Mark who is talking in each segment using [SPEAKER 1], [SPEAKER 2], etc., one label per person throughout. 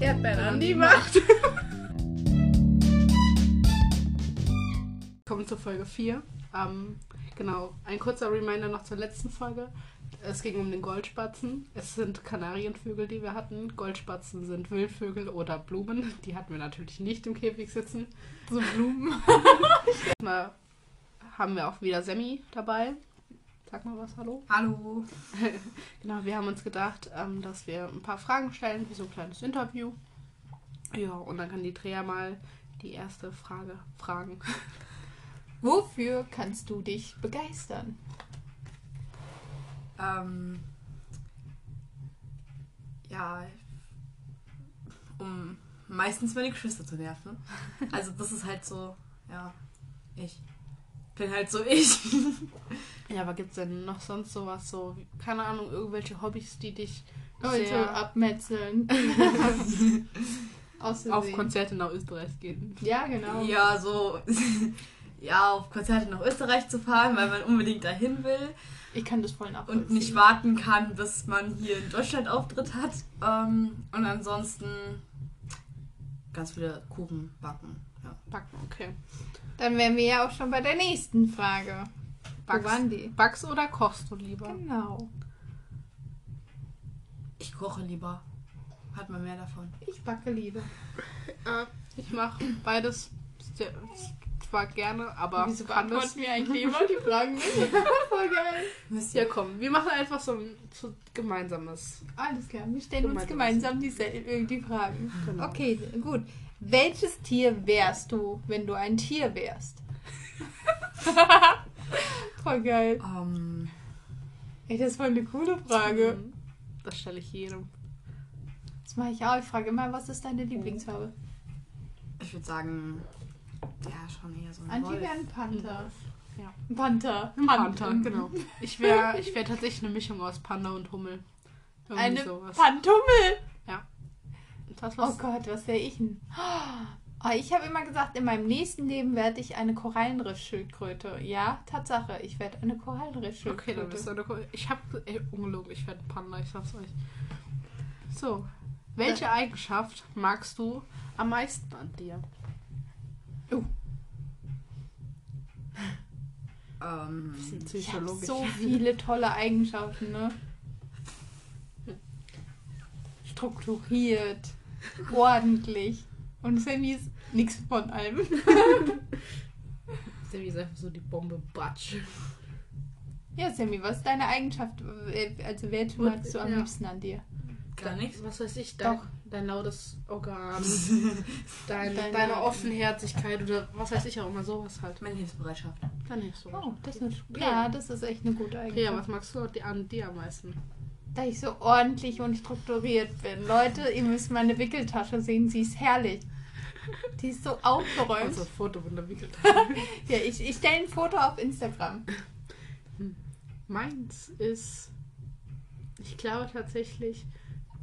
[SPEAKER 1] Erdbeeren Andi macht. Kommen zur Folge 4. Ähm, genau, ein kurzer Reminder noch zur letzten Folge. Es ging um den Goldspatzen. Es sind Kanarienvögel, die wir hatten. Goldspatzen sind Wildvögel oder Blumen. Die hatten wir natürlich nicht im Käfig sitzen.
[SPEAKER 2] So Blumen.
[SPEAKER 1] Mal haben wir auch wieder Sammy dabei. Sag mal was, hallo.
[SPEAKER 2] Hallo.
[SPEAKER 1] Genau, wir haben uns gedacht, ähm, dass wir ein paar Fragen stellen, wie so ein kleines Interview. Ja, und dann kann die Dreher mal die erste Frage fragen.
[SPEAKER 3] Wofür kannst du dich begeistern?
[SPEAKER 2] Ähm, ja, um meistens meine Geschwister zu nerven. Also das ist halt so, ja, ich bin halt so ich.
[SPEAKER 1] Ja, aber gibt's denn noch sonst sowas so, wie- keine Ahnung, irgendwelche Hobbys, die dich
[SPEAKER 3] Leute
[SPEAKER 1] sehr
[SPEAKER 3] abmetzeln. Aus
[SPEAKER 1] auf
[SPEAKER 3] Versehen.
[SPEAKER 1] Konzerte nach Österreich gehen?
[SPEAKER 3] Ja, genau.
[SPEAKER 2] Ja, so, ja, auf Konzerte nach Österreich zu fahren, weil man unbedingt dahin will
[SPEAKER 3] Ich kann das voll nachvollziehen.
[SPEAKER 2] und nicht warten kann, bis man hier in Deutschland Auftritt hat. Ähm, und ansonsten ganz viele Kuchen backen. Ja.
[SPEAKER 1] Backen, okay.
[SPEAKER 3] Dann wären wir ja auch schon bei der nächsten Frage.
[SPEAKER 1] Backst,
[SPEAKER 3] Wo waren die?
[SPEAKER 1] backst oder kochst du lieber?
[SPEAKER 3] Genau.
[SPEAKER 2] Ich koche lieber. Hat man mehr davon.
[SPEAKER 3] Ich backe lieber. Äh.
[SPEAKER 1] Ich mache beides sehr- zwar gerne, aber
[SPEAKER 3] Wieso
[SPEAKER 1] kann das
[SPEAKER 3] beantworten wir eigentlich immer die Fragen nicht? voll geil.
[SPEAKER 2] Müsst
[SPEAKER 1] Ja, komm, wir machen einfach so ein so gemeinsames.
[SPEAKER 3] Alles klar, wir stellen uns
[SPEAKER 1] Gemeinsam.
[SPEAKER 3] gemeinsam dieselben die Fragen.
[SPEAKER 1] Genau.
[SPEAKER 3] Okay, gut. Welches Tier wärst du, wenn du ein Tier wärst? voll geil.
[SPEAKER 2] Ähm,
[SPEAKER 3] Ey, das war eine coole
[SPEAKER 2] Hm.
[SPEAKER 3] Frage.
[SPEAKER 1] Mhm. Das stelle ich jedem.
[SPEAKER 3] Das mache ich auch. Ich frage immer, was ist deine Lieblingsfarbe?
[SPEAKER 1] Oh,
[SPEAKER 2] ich würde sagen, ja, schon eher so ein
[SPEAKER 3] Anti
[SPEAKER 2] Wolf.
[SPEAKER 3] wäre ein Panther.
[SPEAKER 1] Ja.
[SPEAKER 3] Ein Panther. mhm.
[SPEAKER 1] Panther, genau. Ich wäre ich wär tatsächlich eine Mischung aus Panda und Hummel. Irgendwie
[SPEAKER 3] Eine
[SPEAKER 1] sowas.
[SPEAKER 3] Pantummel.
[SPEAKER 1] das,
[SPEAKER 3] Oh
[SPEAKER 1] was
[SPEAKER 3] Gott, was wäre ich denn? Oh, ich habe immer gesagt, in meinem nächsten Leben werde ich eine Korallenriffschildkröte. Ja, Tatsache, ich werde eine Korallenriffschildkröte.
[SPEAKER 1] Okay, dann bist du eine Ko Ich hab ey, ungelogen, ich werde ein Panda, ich sag's euch. So. Welche Eigenschaft magst du am meisten an dir?
[SPEAKER 2] Ähm,
[SPEAKER 1] Bisschen
[SPEAKER 3] ich habe
[SPEAKER 1] psychologisch.
[SPEAKER 3] so viele tolle Eigenschaften, ne? Strukturiert, ordentlich. Und Sammy ist nichts von allem.
[SPEAKER 1] Sammy ist einfach so die Bombe Batsch.
[SPEAKER 3] Ja, Sammy, was ist deine Eigenschaft? äh, Also, welche
[SPEAKER 1] Und-
[SPEAKER 3] magst du am
[SPEAKER 1] ja.
[SPEAKER 3] liebsten an dir?
[SPEAKER 2] gar nichts.
[SPEAKER 1] Was weiß ich, dein,
[SPEAKER 3] Doch.
[SPEAKER 1] dein lautes Organ, dein,
[SPEAKER 3] Deine-
[SPEAKER 1] deine, Offenherzigkeit oder was weiß ich auch immer, sowas halt.
[SPEAKER 2] Meine Hilfsbereitschaft.
[SPEAKER 1] Dann nicht so.
[SPEAKER 3] Oh, das ist eine,
[SPEAKER 1] Okay.
[SPEAKER 3] ja, das ist echt eine gute Eigenschaft.
[SPEAKER 1] Ja, was magst du dir an dir am meisten?
[SPEAKER 3] Da ich so ordentlich und strukturiert bin. Leute, ihr müsst meine Wickeltasche sehen, sie ist herrlich. Die ist so aufgeräumt.
[SPEAKER 1] Also Foto von der Wickeltasche.
[SPEAKER 3] ja, ich, ich stelle ein Foto auf Instagram.
[SPEAKER 1] Meins ist, ich glaube tatsächlich,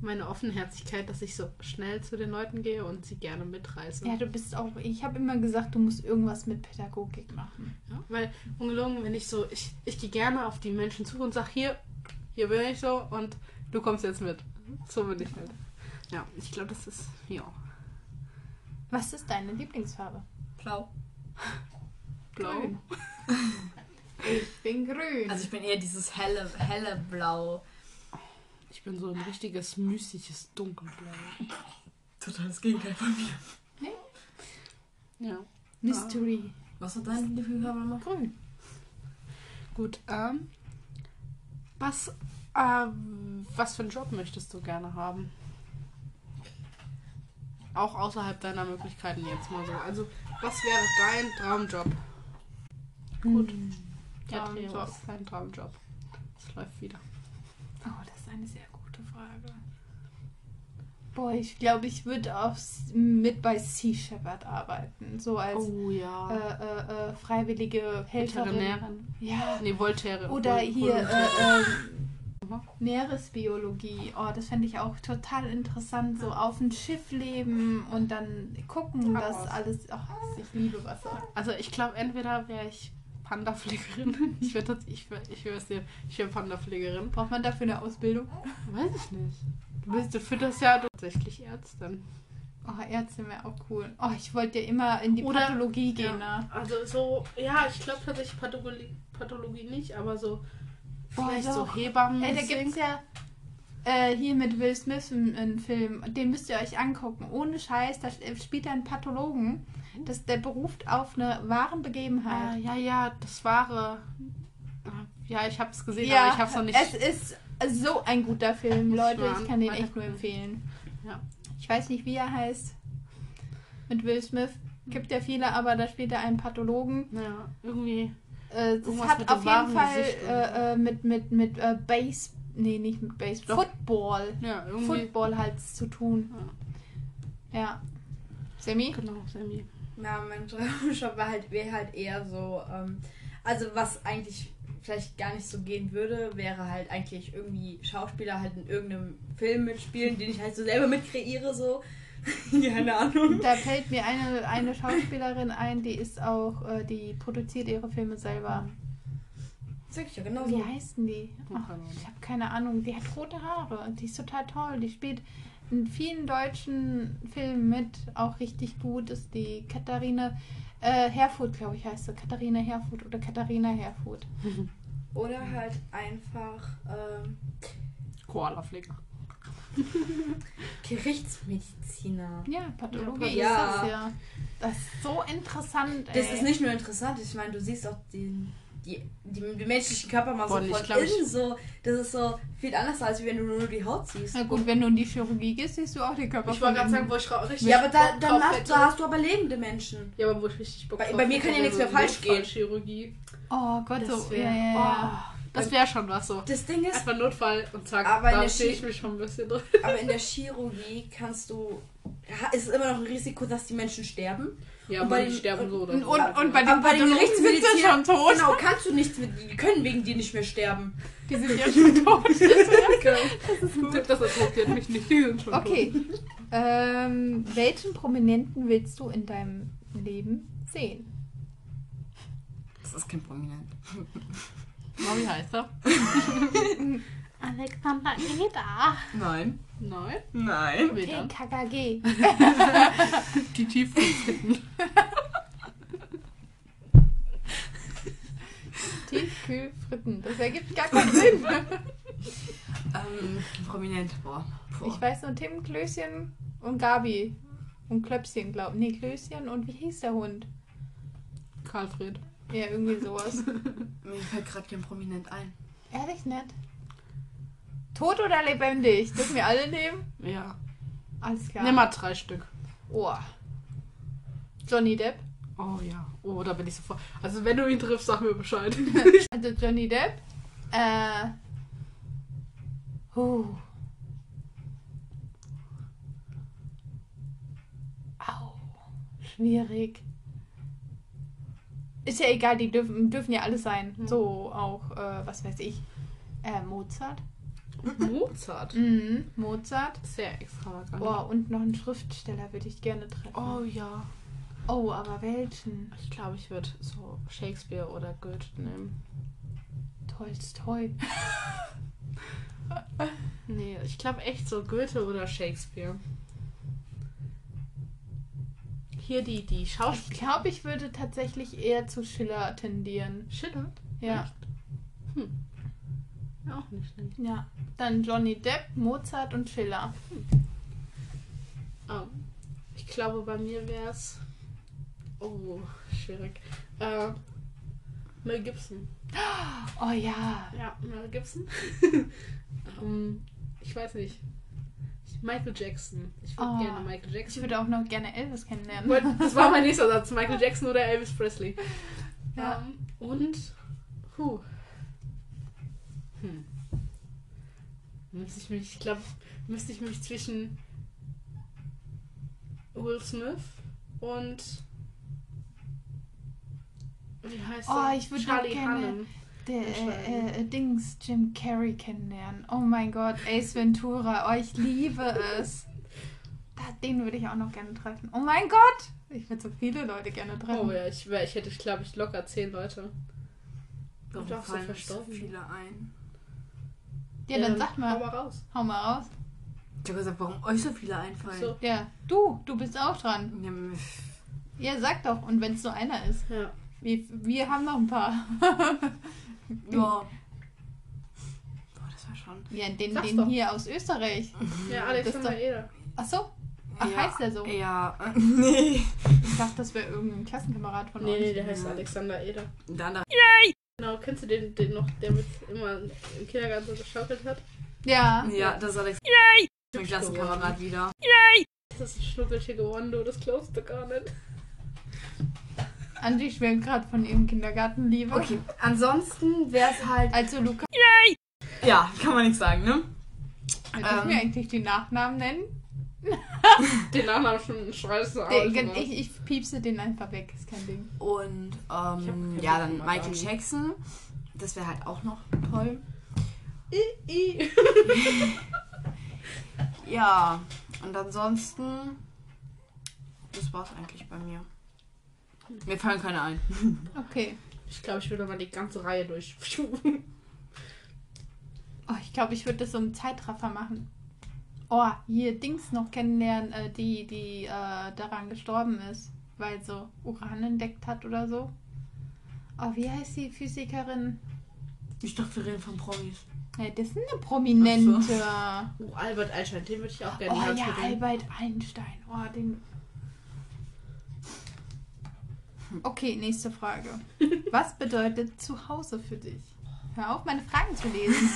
[SPEAKER 1] meine Offenherzigkeit, dass ich so schnell zu den Leuten gehe und sie gerne mitreiße.
[SPEAKER 3] Ja, du bist auch. Ich habe immer gesagt, du musst irgendwas mit Pädagogik machen.
[SPEAKER 1] Ja, weil ungelogen, wenn ich so, ich, ich gehe gerne auf die Menschen zu und sage, hier, hier bin ich so und du kommst jetzt mit. So bin ich halt. Ja, ich glaube, das ist, ja,
[SPEAKER 3] Was ist deine Lieblingsfarbe?
[SPEAKER 2] Blau.
[SPEAKER 1] blau.
[SPEAKER 3] Grün. Ich bin grün.
[SPEAKER 2] Also ich bin eher dieses helle, helle Blau.
[SPEAKER 1] Ich bin so ein richtiges, mystiges Dunkelblau.
[SPEAKER 2] Totales Gegenteil von mir.
[SPEAKER 1] Ja.
[SPEAKER 3] Mystery.
[SPEAKER 2] Was war dein Lieblingsfarbe nochmal?
[SPEAKER 3] Grün.
[SPEAKER 1] Gut, ähm, was, ähm, was für einen Job möchtest du gerne haben? Auch außerhalb deiner Möglichkeiten jetzt mal so. Also, was wäre dein Traumjob? Gut.
[SPEAKER 3] Hm. Ja,
[SPEAKER 1] Traumjob.
[SPEAKER 3] Traumjob.
[SPEAKER 1] Was ist dein Traumjob? Das läuft wieder.
[SPEAKER 3] Oh, das ist eine sehr gute Frage. Boah, ich glaube, ich würde aufs- mit bei Sea Shepherd arbeiten. So als
[SPEAKER 1] Oh
[SPEAKER 3] äh,
[SPEAKER 1] ja.
[SPEAKER 3] äh, äh, freiwillige Helferin.
[SPEAKER 1] Veterinärin.
[SPEAKER 3] Ja.
[SPEAKER 1] Nee, Voltaire.
[SPEAKER 3] Oder
[SPEAKER 1] Hol-
[SPEAKER 3] hier
[SPEAKER 1] Hol-
[SPEAKER 3] äh, ähm, Meeresbiologie. Oh, das fände ich auch total interessant. So auf dem Schiff leben und dann gucken,
[SPEAKER 1] Ja,
[SPEAKER 3] dass
[SPEAKER 1] aus.
[SPEAKER 3] alles. Oh, ich liebe Wasser.
[SPEAKER 1] Also ich glaube, entweder wäre ich Panda-Pflegerin. Ich wäre ich wär, ich wär, ich wär Panda-Pflegerin.
[SPEAKER 3] Braucht man dafür eine Ausbildung?
[SPEAKER 1] Weiß ich nicht. Willst du für das Jahr tatsächlich Ärztin?
[SPEAKER 3] Oh, Ärzte wäre auch cool. Oh, ich wollte ja immer in die
[SPEAKER 1] Oder-
[SPEAKER 3] Pathologie gehen.
[SPEAKER 1] Ja,
[SPEAKER 3] Ne?
[SPEAKER 1] also so, ja, ich glaube tatsächlich Pathologie, Pathologie nicht, aber so
[SPEAKER 3] Boah,
[SPEAKER 1] vielleicht
[SPEAKER 3] doch.
[SPEAKER 1] so Hebammen.
[SPEAKER 3] Ey, da gibt's ja äh, hier mit Will Smith einen einen Film. Den müsst ihr euch angucken. Ohne Scheiß, da spielt er einen Pathologen. Das, der beruft auf eine wahren
[SPEAKER 2] halt.
[SPEAKER 1] Ah,
[SPEAKER 3] Begebenheit.
[SPEAKER 1] ja, ja, das wahre. Ah, Ja, ich habe es gesehen,
[SPEAKER 3] ja,
[SPEAKER 1] aber ich habe es noch nicht.
[SPEAKER 3] Es ist so ein guter Film,
[SPEAKER 1] Muss ich
[SPEAKER 3] Leute.
[SPEAKER 1] mal
[SPEAKER 3] Ich
[SPEAKER 1] an-
[SPEAKER 3] kann den
[SPEAKER 1] mal
[SPEAKER 3] echt
[SPEAKER 1] angucken.
[SPEAKER 3] nur empfehlen.
[SPEAKER 1] Ja.
[SPEAKER 3] Ich weiß nicht, wie er heißt. Mit Will Smith. Gibt ja viele, aber da spielt er einen Pathologen.
[SPEAKER 1] ja, irgendwie.
[SPEAKER 3] Äh, das
[SPEAKER 1] Irgendwas
[SPEAKER 3] hat
[SPEAKER 1] mit
[SPEAKER 3] auf
[SPEAKER 1] dem
[SPEAKER 3] jeden
[SPEAKER 1] wahren
[SPEAKER 3] Fall
[SPEAKER 1] Gesicht
[SPEAKER 3] äh, äh, mit, mit, mit äh, Base, nee, nicht mit Base,
[SPEAKER 1] Doch.
[SPEAKER 3] Football.
[SPEAKER 1] Ja, irgendwie.
[SPEAKER 3] Football halt zu tun. Ja. Sammy?
[SPEAKER 1] Genau, Sammy.
[SPEAKER 2] Ja, mein Traumjob war halt, wäre halt eher so, ähm, also was eigentlich vielleicht gar nicht so gehen würde, wäre halt eigentlich irgendwie Schauspieler halt in irgendeinem Film mitspielen, den ich halt so selber mitkreiere, so. Keine Ahnung.
[SPEAKER 3] Da fällt mir eine, eine Schauspielerin ein, die ist auch, äh, die produziert ihre Filme selber.
[SPEAKER 2] Sag ich ja genau
[SPEAKER 3] Wie
[SPEAKER 2] so.
[SPEAKER 3] heißen die?
[SPEAKER 2] Hm,
[SPEAKER 1] Keine
[SPEAKER 3] Ach,
[SPEAKER 1] Ahnung.
[SPEAKER 3] ich habe keine Ahnung. Die hat rote Haare. Die ist total toll. Die spielt in vielen deutschen Filmen mit. Auch richtig gut ist die Katharina äh, Herfurt, glaube ich, heißt sie. Katharina Herfurt oder Katharina Herfurt.
[SPEAKER 2] Oder halt einfach ähm,
[SPEAKER 1] Koala-Flick.
[SPEAKER 2] Gerichtsmediziner.
[SPEAKER 3] Ja, Pathologie
[SPEAKER 2] Ja.
[SPEAKER 3] ist das ja. Das ist so interessant, ey.
[SPEAKER 2] Das ist nicht nur interessant, ich meine, du siehst auch den, die, die, den menschlichen Körper mal
[SPEAKER 1] Boah,
[SPEAKER 2] so
[SPEAKER 1] ich
[SPEAKER 2] von
[SPEAKER 1] glaub, ich-
[SPEAKER 2] innen so. Das ist so viel anders, als wenn du nur die Haut siehst.
[SPEAKER 3] Na gut, wenn du in die Chirurgie gehst, siehst du auch den Körper
[SPEAKER 1] Ich wollte gerade
[SPEAKER 3] von
[SPEAKER 1] sagen,
[SPEAKER 3] innen.
[SPEAKER 1] wo ich ra- richtig.
[SPEAKER 2] Ja, aber da,
[SPEAKER 1] Bock
[SPEAKER 2] dann
[SPEAKER 1] drauf
[SPEAKER 2] hast,
[SPEAKER 1] hätte.
[SPEAKER 2] da hast du aber lebende Menschen.
[SPEAKER 1] Ja, aber wo ich richtig Bock
[SPEAKER 2] Bei-
[SPEAKER 1] drauf
[SPEAKER 2] bei mir
[SPEAKER 1] hätte,
[SPEAKER 2] kann ja
[SPEAKER 1] wäre
[SPEAKER 2] nichts mehr
[SPEAKER 1] so
[SPEAKER 2] falsch gehen.
[SPEAKER 1] Notfallchirurgie.
[SPEAKER 3] Oh Gott,
[SPEAKER 1] Das
[SPEAKER 3] so.
[SPEAKER 1] wäre
[SPEAKER 3] Ja, ja, ja.
[SPEAKER 1] das wär schon was so.
[SPEAKER 2] Das Ding Oh, ist,
[SPEAKER 1] Erstmal Notfall und zack,
[SPEAKER 2] Aber
[SPEAKER 1] da
[SPEAKER 2] nicht-
[SPEAKER 1] stehe ich mich schon ein bisschen drin.
[SPEAKER 2] aber in der Chirurgie kannst du. ja, Ist immer noch ein Risiko, dass die Menschen sterben.
[SPEAKER 1] Ja,
[SPEAKER 2] Und
[SPEAKER 1] aber
[SPEAKER 2] bei
[SPEAKER 1] die
[SPEAKER 2] den-
[SPEAKER 1] sterben so oder
[SPEAKER 3] Und,
[SPEAKER 1] so.
[SPEAKER 3] und, und bei
[SPEAKER 2] Aber
[SPEAKER 3] den
[SPEAKER 2] bei den
[SPEAKER 3] Pathologen sind sie
[SPEAKER 2] Gerichtsmedizinern-
[SPEAKER 3] schon tot.
[SPEAKER 2] Genau, kannst du nichts mit. Die können wegen dir nicht mehr sterben.
[SPEAKER 3] Die sind ja schon tot.
[SPEAKER 1] das ist gut. Das interessiert mich nicht. Die sind schon
[SPEAKER 3] Okay. ähm, welchen Prominenten willst du in deinem Leben sehen?
[SPEAKER 2] Das ist kein Prominent.
[SPEAKER 1] tot. Na, wie heißt er?
[SPEAKER 3] Alexander Eda.
[SPEAKER 2] Nein.
[SPEAKER 1] Nein.
[SPEAKER 2] Nein.
[SPEAKER 1] Wer dann?
[SPEAKER 3] PKKG.
[SPEAKER 1] Die Tiefkühlfitten.
[SPEAKER 3] Tiefkühlfritten. Das ergibt gar keinen Sinn.
[SPEAKER 2] Ähm, Prominent. Boah.
[SPEAKER 3] Ich weiß nur Tim, Klößchen und Gabi. Und Klöpschen, glaub. Nee, Klößchen und wie hieß der Hund?
[SPEAKER 1] Karlfried.
[SPEAKER 3] Ja, irgendwie sowas.
[SPEAKER 2] Mir fällt gerade kein Prominent ein.
[SPEAKER 3] Ehrlich nicht. Tot oder lebendig? Dürfen wir alle nehmen?
[SPEAKER 1] Ja.
[SPEAKER 3] Alles klar.
[SPEAKER 1] Nimm mal drei Stück.
[SPEAKER 3] Oh. Johnny Depp.
[SPEAKER 1] Oh ja. Oh, da bin ich sofort. Also wenn du ihn triffst, sag mir Bescheid.
[SPEAKER 3] Also Johnny Depp. Äh. Huh. Au. Schwierig. Ist ja egal, die dürfen, dürfen ja alles sein.
[SPEAKER 1] Mhm.
[SPEAKER 3] So auch, äh, was weiß ich. Äh, Mozart.
[SPEAKER 1] Mozart.
[SPEAKER 3] Mhm, Mozart.
[SPEAKER 1] Sehr extravagant.
[SPEAKER 3] Boah, und noch einen Schriftsteller würde ich gerne treffen.
[SPEAKER 1] Oh ja.
[SPEAKER 3] Oh, aber welchen?
[SPEAKER 1] Ich glaube, ich würde so Shakespeare oder Goethe nehmen.
[SPEAKER 3] Tolstoi.
[SPEAKER 1] Nee, ich glaube echt so Goethe oder Shakespeare. Hier die, die
[SPEAKER 3] Ich
[SPEAKER 1] Schauspieler.
[SPEAKER 3] glaube, ich würde tatsächlich eher zu Schiller tendieren.
[SPEAKER 1] Schiller?
[SPEAKER 3] Ja.
[SPEAKER 1] Ja, Auch nicht schlecht.
[SPEAKER 3] Ja, dann Johnny Depp, Mozart und Schiller.
[SPEAKER 1] Ähm, ich glaube, bei mir wäre es. Oh, schwierig. Äh, Mel Gibson.
[SPEAKER 3] Oh ja.
[SPEAKER 1] Ja, Mel Gibson. ähm, ich weiß nicht. Michael Jackson. Ich würde
[SPEAKER 3] Ah,
[SPEAKER 1] gerne Michael
[SPEAKER 3] Ich
[SPEAKER 1] Jackson.
[SPEAKER 3] würde auch noch gerne Elvis kennenlernen.
[SPEAKER 1] Gut, Das war mein nächster Satz. Michael Jackson oder Elvis Presley.
[SPEAKER 3] Ja.
[SPEAKER 1] Ähm, und. Huh. Hm. Müsste ich mich, ich glaube, müsste ich mich zwischen Will Smith und. Wie heißt
[SPEAKER 3] Oh,
[SPEAKER 1] er?
[SPEAKER 3] ich würd
[SPEAKER 1] Charlie
[SPEAKER 3] auch gerne-
[SPEAKER 1] Hunnam.
[SPEAKER 3] Der
[SPEAKER 1] Schwein.
[SPEAKER 3] äh, äh, Dings, Jim Carrey kennenlernen. Oh mein Gott, Ace Ventura. Oh, ich liebe es. Da, den würde ich auch noch gerne treffen. Oh mein Gott. Ich würde so viele Leute gerne treffen.
[SPEAKER 1] Oh ja, ich, wär, ich hätte, glaube ich, locker zehn Leute.
[SPEAKER 2] Warum
[SPEAKER 1] Doch, so
[SPEAKER 2] fallen so
[SPEAKER 1] verstorben.
[SPEAKER 2] viele ein?
[SPEAKER 3] ja. dann
[SPEAKER 1] Ähm,
[SPEAKER 3] sag
[SPEAKER 1] Hau
[SPEAKER 3] mal.
[SPEAKER 1] mal raus.
[SPEAKER 3] Hau mal raus.
[SPEAKER 2] Ich habe gesagt, warum euch so viele einfallen.
[SPEAKER 4] So.
[SPEAKER 3] Ja, du, du bist auch dran.
[SPEAKER 2] Ja, m-
[SPEAKER 3] Ja, sag doch. Und wenn es nur einer ist.
[SPEAKER 1] Ja.
[SPEAKER 3] Wir, wir haben noch ein paar.
[SPEAKER 2] ja. Boah, das war schon.
[SPEAKER 3] ja, den,
[SPEAKER 1] Sag's
[SPEAKER 3] den
[SPEAKER 1] doch.
[SPEAKER 3] hier aus Österreich.
[SPEAKER 1] Ja,
[SPEAKER 3] Das
[SPEAKER 1] Alexander
[SPEAKER 3] ist
[SPEAKER 1] Eder.
[SPEAKER 3] Ach so. Ach,
[SPEAKER 2] ja,
[SPEAKER 3] heißt der so?
[SPEAKER 2] Ja, nee.
[SPEAKER 3] Ich dachte, das wäre irgendein Klassenkamerad von
[SPEAKER 1] Nee, nee,
[SPEAKER 3] uns.
[SPEAKER 1] der heißt Alexander Eder.
[SPEAKER 2] Der andere.
[SPEAKER 1] Genau, kennst du den, den noch, der mit immer im Kindergarten so geschaukelt hat?
[SPEAKER 3] Ja.
[SPEAKER 2] Ja, das ist Alex. Mein Klassenkamerad wieder.
[SPEAKER 1] Das ist ein Schnuckeltier geworden, du, das glaubst du gar nicht.
[SPEAKER 3] Andi schwärmt gerade von ihrem Kindergartenliebe.
[SPEAKER 2] Okay, ansonsten wäre es halt.
[SPEAKER 3] Also, Luca,
[SPEAKER 2] Ja, kann man nichts sagen, ne?
[SPEAKER 3] ja, dürfen
[SPEAKER 2] Ähm.
[SPEAKER 3] wir eigentlich die Nachnamen nennen?
[SPEAKER 1] Den Nachnamen schon schreist du
[SPEAKER 3] Der,
[SPEAKER 1] aus. ne?
[SPEAKER 3] ich, ich piepse den einfach weg, ist kein Ding.
[SPEAKER 2] Und ähm,
[SPEAKER 1] keine
[SPEAKER 2] ja,
[SPEAKER 1] Ahnung,
[SPEAKER 2] dann
[SPEAKER 1] was
[SPEAKER 2] Michael
[SPEAKER 1] sagen.
[SPEAKER 2] Jackson. Das wäre halt auch noch toll.
[SPEAKER 1] I, I.
[SPEAKER 2] Ja, und ansonsten. Das war's eigentlich bei mir. Mir fallen keine ein.
[SPEAKER 3] Okay.
[SPEAKER 1] Ich glaube, ich würde mal die ganze Reihe durch.
[SPEAKER 3] Oh, ich glaube, ich würde das so einen Zeitraffer machen. Oh, hier Dings noch kennenlernen, äh, die, die äh, daran gestorben ist, weil so Uran entdeckt hat oder so. Oh, wie heißt die Physikerin?
[SPEAKER 2] Ich dachte, wir reden von Promis.
[SPEAKER 3] Ja, das ist eine Prominente.
[SPEAKER 1] Oh, Albert Einstein, den würde ich auch gerne
[SPEAKER 3] Oh
[SPEAKER 1] mal
[SPEAKER 3] ja,
[SPEAKER 1] zu den-
[SPEAKER 3] Albert Einstein. Oh, den. Hm. Okay, nächste Frage. Was bedeutet Zuhause für dich? Hör auf, meine Fragen zu lesen.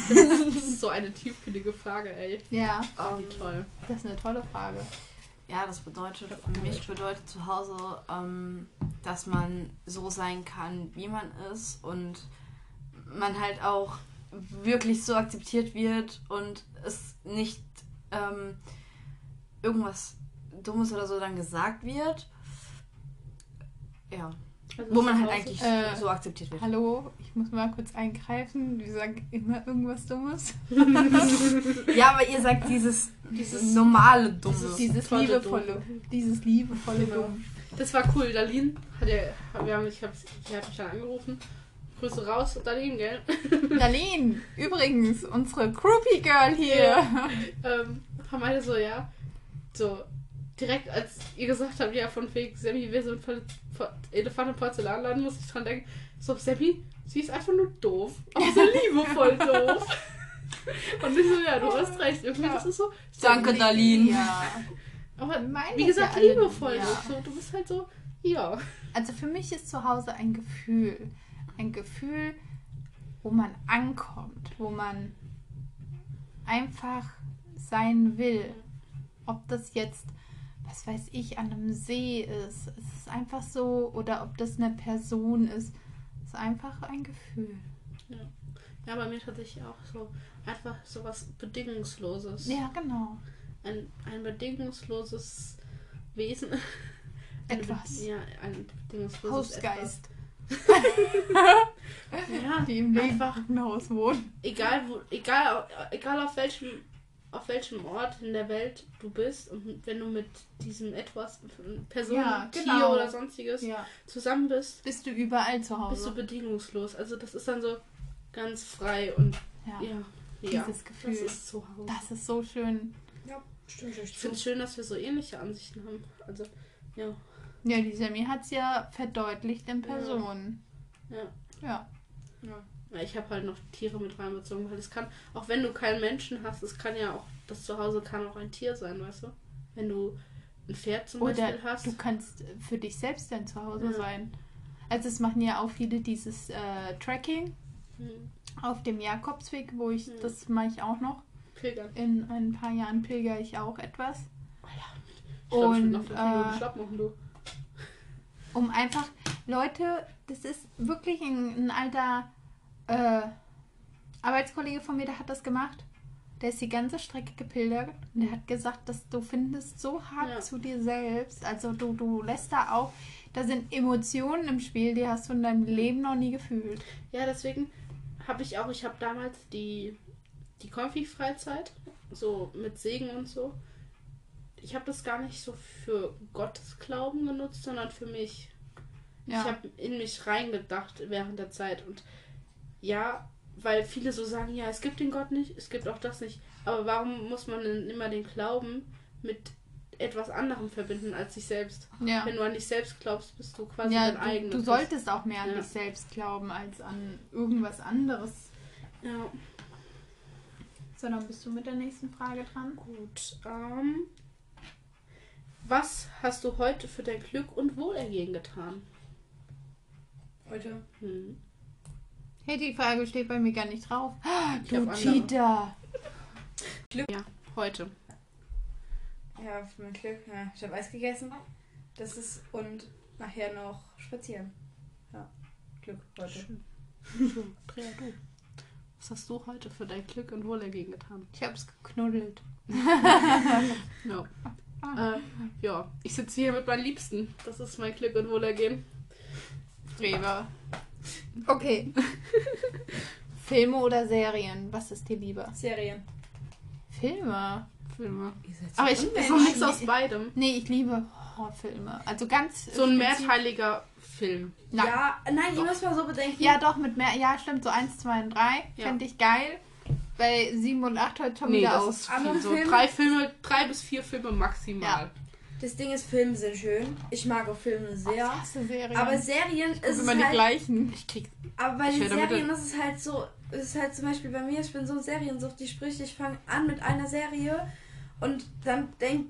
[SPEAKER 1] Das ist so eine tiefgründige Frage, ey.
[SPEAKER 3] Ja,
[SPEAKER 1] Oh,
[SPEAKER 2] Ähm,
[SPEAKER 1] wie toll.
[SPEAKER 3] das ist eine tolle Frage.
[SPEAKER 2] Ja, das bedeutet, für mich bedeutet zu Hause, ähm, dass man so sein kann, wie man ist und man halt auch wirklich so akzeptiert wird und es nicht ähm, irgendwas Dummes oder so dann gesagt wird. Ja,
[SPEAKER 1] Also
[SPEAKER 2] wo man
[SPEAKER 1] zu
[SPEAKER 2] halt
[SPEAKER 1] Hause-
[SPEAKER 2] eigentlich
[SPEAKER 3] Äh,
[SPEAKER 2] so akzeptiert wird.
[SPEAKER 3] Hallo, ich muss mal kurz eingreifen. Du sagst immer irgendwas Dummes.
[SPEAKER 2] Ja, aber ihr sagt dieses,
[SPEAKER 1] Dieses-
[SPEAKER 2] normale Dumme.
[SPEAKER 3] Dieses
[SPEAKER 1] tolle
[SPEAKER 3] liebevolle, dieses liebevolle
[SPEAKER 1] Genau.
[SPEAKER 3] Dumm.
[SPEAKER 1] Das war cool. Darlene hat ja, wir haben, ich hab, die hat mich dann angerufen. Grüße raus, Darlene, gell?
[SPEAKER 3] Darlene, übrigens, unsere Groupie Girl hier.
[SPEAKER 1] ähm, meinte so, ja, so direkt als ihr gesagt habt, ja, von wegen Sammy, wir sind von von Elefant im Porzellanladen, muss ich dran denken, so, Sammy, sie ist einfach nur doof, aber so liebevoll doof. Und ich so, ja, du hast recht, irgendwie, das ist so,
[SPEAKER 2] Danke, Darlene.
[SPEAKER 3] Ja.
[SPEAKER 1] aber
[SPEAKER 3] Meine
[SPEAKER 1] wie
[SPEAKER 3] ich
[SPEAKER 1] gesagt,
[SPEAKER 3] ja alle,
[SPEAKER 1] liebevoll
[SPEAKER 3] ja.
[SPEAKER 1] doof, so, du bist halt so, ja.
[SPEAKER 3] Also für mich ist zu Hause ein Gefühl. Ein Gefühl, wo man ankommt, wo man einfach sein will. Ob das jetzt, was weiß ich, an einem See ist. Es ist einfach so, oder ob das eine Person ist. Es ist einfach ein Gefühl.
[SPEAKER 1] Ja, bei mir tatsächlich auch so, einfach so was Bedingungsloses.
[SPEAKER 3] Ja, genau.
[SPEAKER 1] Ein, ein bedingungsloses Wesen. Eine Be-
[SPEAKER 3] Etwas.
[SPEAKER 1] Ja, ein bedingungsloses Etwas.
[SPEAKER 3] Hausgeist,
[SPEAKER 1] Ja,
[SPEAKER 3] die im
[SPEAKER 1] einfach
[SPEAKER 3] Lebenshaus wohnen.
[SPEAKER 1] egal wo, egal, egal auf welchem, auf welchem Ort in der Welt du bist und wenn du mit diesem etwas Person,
[SPEAKER 3] Ja,
[SPEAKER 1] Tier
[SPEAKER 3] genau.
[SPEAKER 1] oder sonstiges
[SPEAKER 3] Ja.
[SPEAKER 1] zusammen bist,
[SPEAKER 3] Bist du überall zu
[SPEAKER 1] bist du
[SPEAKER 3] Hause?
[SPEAKER 1] bedingungslos. Also das ist dann so ganz frei und
[SPEAKER 3] Ja.
[SPEAKER 1] ja, ja,
[SPEAKER 3] Dieses
[SPEAKER 1] das
[SPEAKER 3] Gefühl.
[SPEAKER 1] ist zu Hause.
[SPEAKER 3] Das ist so schön.
[SPEAKER 4] Ja, stimmt
[SPEAKER 1] Ich finde es schön, dass wir so ähnliche Ansichten haben. Also ja,
[SPEAKER 3] Ja, die Sammy hat es ja verdeutlicht in Person.
[SPEAKER 1] Ja.
[SPEAKER 3] Ja.
[SPEAKER 1] Ja, ich habe halt noch Tiere mit reinbezogen, weil es kann, auch wenn du keinen Menschen hast, es kann ja auch das Zuhause kann auch ein Tier sein, weißt du? Wenn du ein Pferd zum
[SPEAKER 3] Oder
[SPEAKER 1] Beispiel hast.
[SPEAKER 3] du kannst für dich selbst dein Zuhause
[SPEAKER 1] Ja.
[SPEAKER 3] sein. Also es machen ja auch viele dieses äh, Tracking
[SPEAKER 1] Hm,
[SPEAKER 3] auf dem Jakobsweg, wo ich,
[SPEAKER 1] Mhm.
[SPEAKER 3] das mache ich auch noch.
[SPEAKER 1] Pilgern.
[SPEAKER 3] In ein paar Jahren pilger ich auch etwas.
[SPEAKER 1] Ich glaub, ich würd
[SPEAKER 3] Und,
[SPEAKER 1] noch fünf Minuten
[SPEAKER 3] äh,
[SPEAKER 1] Stopp machen, du.
[SPEAKER 3] um einfach Leute, das ist wirklich ein, ein alter äh, Arbeitskollege von mir, der hat das gemacht. Der ist die ganze Strecke gepilgert und der hat gesagt, dass du findest so hart
[SPEAKER 1] Ja.
[SPEAKER 3] zu dir selbst. Also du, du lässt da auch, da sind Emotionen im Spiel, die hast du in deinem Leben noch nie gefühlt.
[SPEAKER 1] Ja, deswegen habe ich auch, ich habe damals die, die Konfi-Freizeit, so mit Segen und so. Ich habe das gar nicht so für Gottesglauben genutzt, sondern für mich.
[SPEAKER 3] Ja.
[SPEAKER 1] Ich habe in mich reingedacht während der Zeit und ja, weil viele so sagen, ja, es gibt den Gott nicht, es gibt auch das nicht. Aber warum muss man denn immer den Glauben mit etwas anderem verbinden als sich selbst?
[SPEAKER 3] Ja.
[SPEAKER 1] Wenn du an dich selbst glaubst, bist du quasi
[SPEAKER 3] ja,
[SPEAKER 1] dein eigener.
[SPEAKER 3] du, du
[SPEAKER 1] Christ.
[SPEAKER 3] solltest auch mehr an
[SPEAKER 1] Ja.
[SPEAKER 3] dich selbst glauben als an irgendwas anderes.
[SPEAKER 1] Ja,
[SPEAKER 3] So, dann bist du mit der nächsten Frage dran.
[SPEAKER 1] gut. Ähm, was hast du heute für dein Glück und Wohlergehen getan?
[SPEAKER 2] Heute.
[SPEAKER 1] Hm.
[SPEAKER 3] Hey, die Frage steht bei mir gar nicht drauf.
[SPEAKER 1] hab
[SPEAKER 3] Du
[SPEAKER 1] andere.
[SPEAKER 3] Cheater.
[SPEAKER 1] Ja, heute.
[SPEAKER 2] Ja, für mein Glück. Ja, ich habe Eis gegessen. Das ist und nachher noch spazieren. Ja, Glück heute.
[SPEAKER 1] Schön. Drea, du. Was hast du heute für dein Glück und Wohlergehen getan?
[SPEAKER 3] Ich hab's geknuddelt.
[SPEAKER 1] No. Äh, ja, ich sitze hier mit meinen Liebsten. Das ist mein Glück und Wohlergehen.
[SPEAKER 3] Streber. Okay. Filme oder Serien? Was ist dir lieber?
[SPEAKER 2] Serien.
[SPEAKER 3] Filme.
[SPEAKER 1] Filme.
[SPEAKER 2] Ihr seid
[SPEAKER 1] Aber ich ist noch nichts aus beidem.
[SPEAKER 3] Nee, ich liebe Horrorfilme. Also ganz.
[SPEAKER 1] So ein
[SPEAKER 3] spezifisch-
[SPEAKER 1] mehrteiliger Film.
[SPEAKER 3] Nein. Ja.
[SPEAKER 2] Ja, nein,
[SPEAKER 1] Doch.
[SPEAKER 2] ich muss mal so bedenken.
[SPEAKER 3] ja, doch, mit mehr. Ja, stimmt, so 1, 2 und 3.
[SPEAKER 1] Ja.
[SPEAKER 3] Fände ich geil. Bei 7 und 8 hört schon
[SPEAKER 1] Nee,
[SPEAKER 3] wieder
[SPEAKER 1] das
[SPEAKER 3] aus.
[SPEAKER 1] ist
[SPEAKER 2] Aber
[SPEAKER 1] viel. So
[SPEAKER 2] Film-
[SPEAKER 1] drei Filme, drei bis vier Filme maximal.
[SPEAKER 2] Das Ding ist, Filme sind schön. Ich mag auch Filme sehr.
[SPEAKER 3] Ich hasse Serien.
[SPEAKER 2] aber Serien ist es
[SPEAKER 3] immer die
[SPEAKER 2] halt,
[SPEAKER 3] gleichen. Ich krieg
[SPEAKER 2] Aber bei
[SPEAKER 1] Ich
[SPEAKER 2] den
[SPEAKER 1] wär damit-
[SPEAKER 2] Serien ist es halt so, es ist halt zum Beispiel bei mir, ich bin so seriensuchtig, sprich, ich fange an mit einer Serie und dann denkt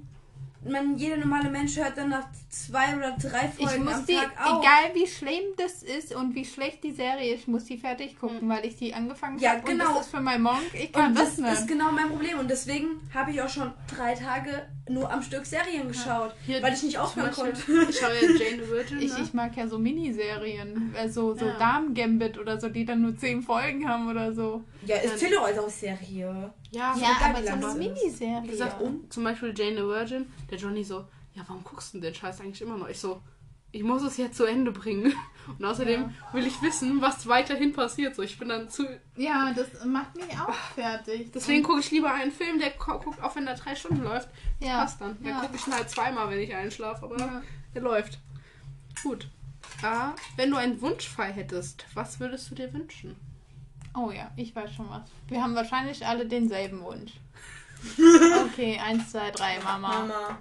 [SPEAKER 2] man, jeder normale Mensch hört dann nach zwei oder drei Folgen
[SPEAKER 3] Ich muss
[SPEAKER 2] am
[SPEAKER 3] die,
[SPEAKER 2] Tag auf.
[SPEAKER 3] egal wie schlimm das ist und wie schlecht die Serie ist, ich muss die fertig
[SPEAKER 1] Mhm.
[SPEAKER 3] gucken, weil ich die angefangen
[SPEAKER 2] Ja,
[SPEAKER 3] habe. Und
[SPEAKER 2] genau.
[SPEAKER 3] das ist für mein Monk. Ich kann
[SPEAKER 2] Und das
[SPEAKER 3] das,
[SPEAKER 2] ist
[SPEAKER 3] nicht.
[SPEAKER 2] genau mein Problem und deswegen habe ich auch schon drei Tage nur am Stück Serien geschaut,
[SPEAKER 1] Hier
[SPEAKER 2] weil ich nicht aufhören
[SPEAKER 1] Zum
[SPEAKER 2] konnte.
[SPEAKER 1] Beispiel, ich schaue ja Jane the Virgin.
[SPEAKER 3] Ich,
[SPEAKER 1] ne?
[SPEAKER 3] ich mag ja so Miniserien, äh, so, so
[SPEAKER 1] Ja.
[SPEAKER 3] Damen-Gambit oder so, die dann nur zehn Folgen haben oder so.
[SPEAKER 2] Ja, ist Tillerold auch Serie.
[SPEAKER 1] ja,
[SPEAKER 2] Ja, aber so eine
[SPEAKER 1] Wie
[SPEAKER 3] Miniserie.
[SPEAKER 1] gesagt, oh. um zum Beispiel Jane the Virgin, der Johnny so, ja, warum guckst du denn den Scheiß eigentlich immer noch? Ich so, ich muss es ja zu Ende bringen. Und außerdem will ich wissen, was weiterhin passiert. So, ich bin dann zu.
[SPEAKER 3] Ja, das macht mich auch fertig.
[SPEAKER 1] Deswegen gucke ich lieber einen Film, der ko- guckt, auch wenn er drei Stunden läuft.
[SPEAKER 3] Und- ja.
[SPEAKER 1] Passt dann. Dann
[SPEAKER 3] Ja.
[SPEAKER 1] gucke ich ihn halt zweimal, wenn ich einschlafe, aber
[SPEAKER 3] Ja.
[SPEAKER 1] der läuft. Gut. Ah, wenn du einen Wunsch frei hättest, was würdest du dir wünschen?
[SPEAKER 3] Oh ja, ich weiß schon was. Wir haben wahrscheinlich alle denselben Wunsch. Okay, eins, zwei, drei, Mama.
[SPEAKER 2] Mama.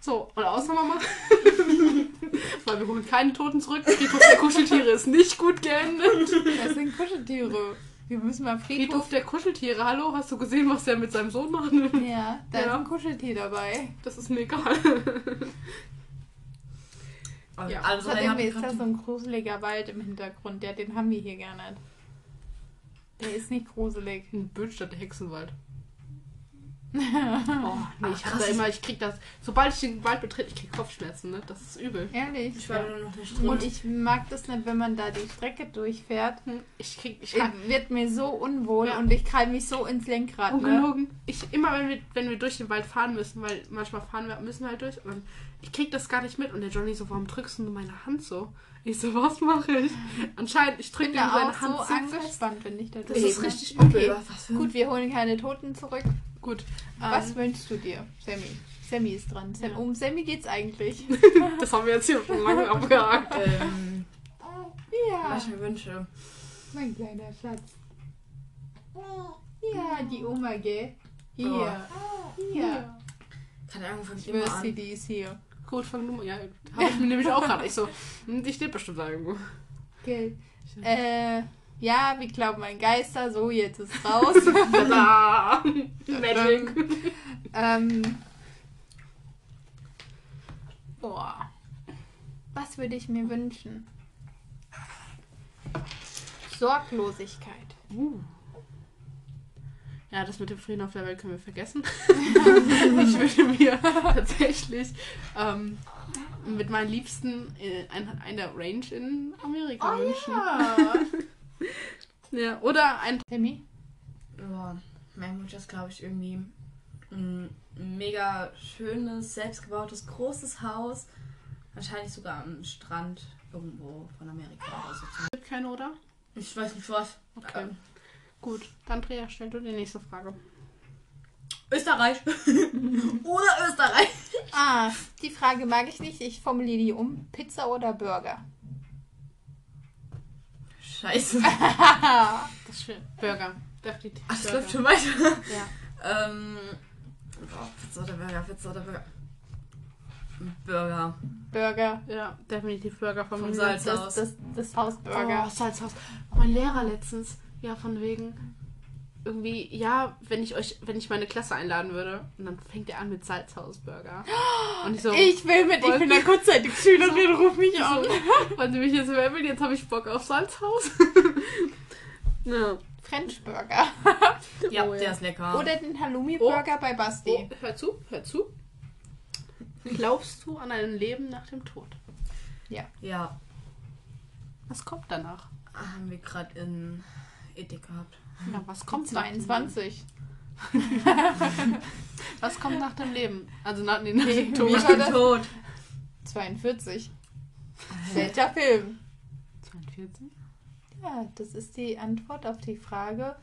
[SPEAKER 1] So, und außer Mama. Weil wir holen keine Toten zurück. Friedhof der Kuscheltiere ist nicht gut geendet.
[SPEAKER 3] Das sind Kuscheltiere. Wir müssen mal Friedhof.
[SPEAKER 1] Friedhof der Kuscheltiere, hallo, hast du gesehen, was der mit seinem Sohn machen will?
[SPEAKER 3] Ja, da ist
[SPEAKER 1] Ja.
[SPEAKER 3] ein Kuscheltier dabei.
[SPEAKER 1] Das ist mir egal. Ja.
[SPEAKER 3] Also irgendwie ist da so ein gruseliger Wald im Hintergrund. Ja, den haben wir hier gar nicht. Der ist nicht gruselig.
[SPEAKER 1] In Böhnstadt, der Hexenwald. Oh, nee, ich
[SPEAKER 5] Ach,
[SPEAKER 1] hab da
[SPEAKER 5] krass.
[SPEAKER 1] immer, ich krieg das, sobald ich den Wald betrete, ich krieg Kopfschmerzen, ne? Das ist übel.
[SPEAKER 3] Ehrlich.
[SPEAKER 2] Ich war nur noch eine Stunde.
[SPEAKER 3] Und ich mag das nicht, wenn man da die Strecke durchfährt.
[SPEAKER 5] Hm.
[SPEAKER 1] Ich krieg, ich
[SPEAKER 3] Ich
[SPEAKER 1] kann,
[SPEAKER 3] wird mir so unwohl
[SPEAKER 1] Ja.
[SPEAKER 3] und ich krall mich so ins Lenkrad.
[SPEAKER 1] Oh,
[SPEAKER 3] Ne?
[SPEAKER 1] ungelogen. Ich, immer wenn wir, wenn wir durch den Wald fahren müssen, weil manchmal fahren wir, müssen wir halt durch und ich krieg das gar nicht mit und der Johnny so, warum drückst du nur meine Hand so? Ich so, was mache ich? Anscheinend, ich
[SPEAKER 3] Ich
[SPEAKER 1] drücke
[SPEAKER 3] bin
[SPEAKER 1] ihm seine
[SPEAKER 3] da auch
[SPEAKER 1] Hand
[SPEAKER 3] so
[SPEAKER 1] so fest.
[SPEAKER 3] angespannt, wenn ich da
[SPEAKER 1] Das ist
[SPEAKER 3] bin.
[SPEAKER 1] richtig
[SPEAKER 3] Okay,
[SPEAKER 1] übel.
[SPEAKER 3] gut, wir holen keine Toten zurück.
[SPEAKER 1] Gut.
[SPEAKER 3] Was
[SPEAKER 1] Ähm,
[SPEAKER 3] wünschst du dir, Sammy? Sammy ist dran. Sam, Um Sammy geht's eigentlich.
[SPEAKER 1] das haben wir jetzt hier schon lange abgehakt.
[SPEAKER 5] Ähm,
[SPEAKER 3] Ja,
[SPEAKER 5] was ich mir wünsche.
[SPEAKER 3] mein kleiner Schatz. Ja, die Oma, gell? Hier. Oh. Hier.
[SPEAKER 5] Keine Ahnung, fängt
[SPEAKER 3] Ich
[SPEAKER 5] immer
[SPEAKER 3] wüsste,
[SPEAKER 5] an.
[SPEAKER 3] die ist hier.
[SPEAKER 1] Gut, fang du mal. Ja, habe ich mir nämlich auch gerade. Ich so, hm, die steht bestimmt da irgendwo.
[SPEAKER 3] Gell. Äh, ja, wir glauben an Geister. So, jetzt ist raus.
[SPEAKER 1] Tada! Magic.
[SPEAKER 3] ähm. Boah. Was würde ich mir wünschen? Sorglosigkeit.
[SPEAKER 1] Uh. Ja, das mit dem Frieden auf der Welt können wir vergessen. ich würde mir tatsächlich ähm, mit meinen Liebsten äh, ein, eine Range in Amerika
[SPEAKER 2] Oh
[SPEAKER 1] wünschen.
[SPEAKER 3] Ah.
[SPEAKER 1] Ja. oder ein
[SPEAKER 3] Sammy?
[SPEAKER 5] Boah, mein Wunsch ist, glaube ich, irgendwie ein mega schönes, selbstgebautes, großes Haus. Wahrscheinlich sogar am Strand irgendwo von Amerika oder so.
[SPEAKER 1] Trip, kein oder?
[SPEAKER 5] Ich weiß nicht was.
[SPEAKER 1] Okay.
[SPEAKER 5] Ähm,
[SPEAKER 1] Gut, dann Andrea, stell du die nächste Frage.
[SPEAKER 5] Österreich. oder Österreich.
[SPEAKER 3] Ah, die Frage mag ich nicht. Ich formuliere die um. Pizza oder Burger?
[SPEAKER 2] Scheiße.
[SPEAKER 1] Das ist schön. Burger. Definitiv.
[SPEAKER 2] Ach, das
[SPEAKER 1] Burger.
[SPEAKER 2] läuft schon weiter.
[SPEAKER 1] Ja.
[SPEAKER 2] Ähm. Boah, Pizza oder Burger, Pizza oder Burger. Burger.
[SPEAKER 1] Burger. Ja, definitiv Burger von
[SPEAKER 2] Vom
[SPEAKER 1] mir.
[SPEAKER 2] Salz.
[SPEAKER 3] Das, das, das Hausburger.
[SPEAKER 1] Oh, Salzhaus. Mein Lehrer letztens, ja, von wegen irgendwie, ja, wenn ich euch, wenn ich meine Klasse einladen würde, und dann fängt er an mit Salzhausburger. Und ich so,
[SPEAKER 3] Ich will mit, ich bin eine kurzzeitig Schülerin, ruf mich an.
[SPEAKER 1] wollen Sie mich jetzt webbeln? Jetzt habe ich Bock auf Salzhaus. ja.
[SPEAKER 3] French Burger.
[SPEAKER 2] Ja,
[SPEAKER 1] Oh, ja.
[SPEAKER 2] der ist lecker.
[SPEAKER 3] Oder den Halloumi-Burger bei Basti.
[SPEAKER 1] Oh, hör zu, hör zu. Glaubst du an ein Leben nach dem Tod?
[SPEAKER 2] ja,
[SPEAKER 1] Was kommt danach?
[SPEAKER 2] haben wir gerade in Ethik gehabt.
[SPEAKER 1] Ja, was kommt nach dem
[SPEAKER 3] 22.
[SPEAKER 1] Leben? Was kommt nach dem Leben? Also nach, nee, nach dem
[SPEAKER 2] Ich
[SPEAKER 1] Tod.
[SPEAKER 3] war
[SPEAKER 2] bin
[SPEAKER 3] das?
[SPEAKER 2] tot.
[SPEAKER 3] 42. Welcher Film?
[SPEAKER 1] 42?
[SPEAKER 3] Ja, das ist die Antwort auf die Frage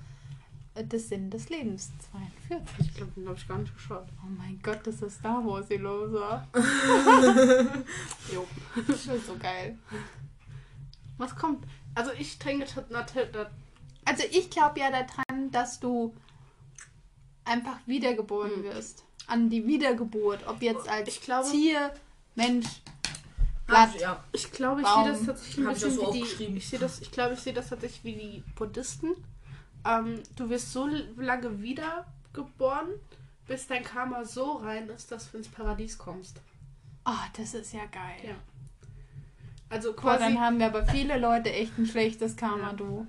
[SPEAKER 3] äh, des Sinn des Lebens. 42.
[SPEAKER 1] Ich glaube, den habe ich gar nicht geschaut.
[SPEAKER 3] Oh mein Gott, das ist Star Wars, ihr Loser.
[SPEAKER 1] Jo.
[SPEAKER 3] Das ist so geil.
[SPEAKER 1] Was kommt? Also ich denke, tat- na- tat- na-
[SPEAKER 3] Also ich glaube ja daran, dass du einfach wiedergeboren
[SPEAKER 1] Mhm.
[SPEAKER 3] wirst. An die Wiedergeburt. Ob jetzt als
[SPEAKER 1] Oh, Ich glaube-
[SPEAKER 3] Tier, Mensch,
[SPEAKER 2] Hab
[SPEAKER 3] Blatt.
[SPEAKER 2] ich- Ja.
[SPEAKER 1] ich glaube, ich
[SPEAKER 3] Baum.
[SPEAKER 1] sehe das tatsächlich ein
[SPEAKER 2] Hab ich auch
[SPEAKER 1] bisschen
[SPEAKER 2] so
[SPEAKER 1] wie die,
[SPEAKER 2] aufgeschrieben.
[SPEAKER 1] ich sehe das, ich glaube, ich sehe das tatsächlich wie die Buddhisten. Ähm, du wirst so lange wiedergeboren, bis dein Karma so rein ist, dass du ins Paradies kommst.
[SPEAKER 3] Oh, das ist ja geil.
[SPEAKER 1] Ja. Also
[SPEAKER 3] Boah,
[SPEAKER 1] quasi
[SPEAKER 3] dann haben wir aber viele Leute echt ein schlechtes Karma,
[SPEAKER 1] Ja.
[SPEAKER 3] du.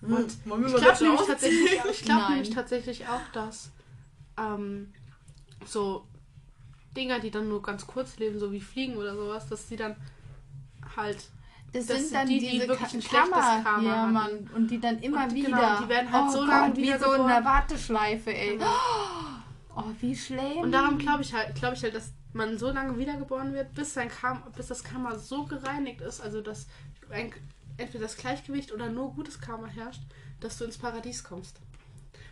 [SPEAKER 1] Und
[SPEAKER 2] Wollen wir
[SPEAKER 1] Ich
[SPEAKER 2] mal
[SPEAKER 1] glaube
[SPEAKER 2] welche
[SPEAKER 1] nämlich,
[SPEAKER 2] aufziehen?
[SPEAKER 1] tatsächlich- ich glaub
[SPEAKER 3] Nein.
[SPEAKER 1] nämlich tatsächlich auch, dass ähm, so Dinger, die dann nur ganz kurz leben, so wie Fliegen oder sowas, dass die dann halt.
[SPEAKER 3] Das,
[SPEAKER 1] Das
[SPEAKER 3] sind
[SPEAKER 1] sind
[SPEAKER 3] dann
[SPEAKER 1] die, die
[SPEAKER 3] diese
[SPEAKER 1] wirklich ein
[SPEAKER 3] Ka-
[SPEAKER 1] schlechtes Karma
[SPEAKER 3] ja,
[SPEAKER 1] hatten.
[SPEAKER 3] Mann. Und die dann immer
[SPEAKER 1] Und die-
[SPEAKER 3] wieder.
[SPEAKER 1] genau, die werden halt
[SPEAKER 3] oh
[SPEAKER 1] so
[SPEAKER 3] Gott,
[SPEAKER 1] lange
[SPEAKER 3] wie so
[SPEAKER 1] wiedergeboren.
[SPEAKER 3] eine Warteschleife, ey. Oh, wie schlimm.
[SPEAKER 1] Und daran glaube ich halt, glaube ich halt, dass man so lange wiedergeboren wird, bis sein Karma, bis das Karma so gereinigt ist, also dass ein, entweder das Gleichgewicht oder nur gutes Karma herrscht, dass du ins Paradies kommst.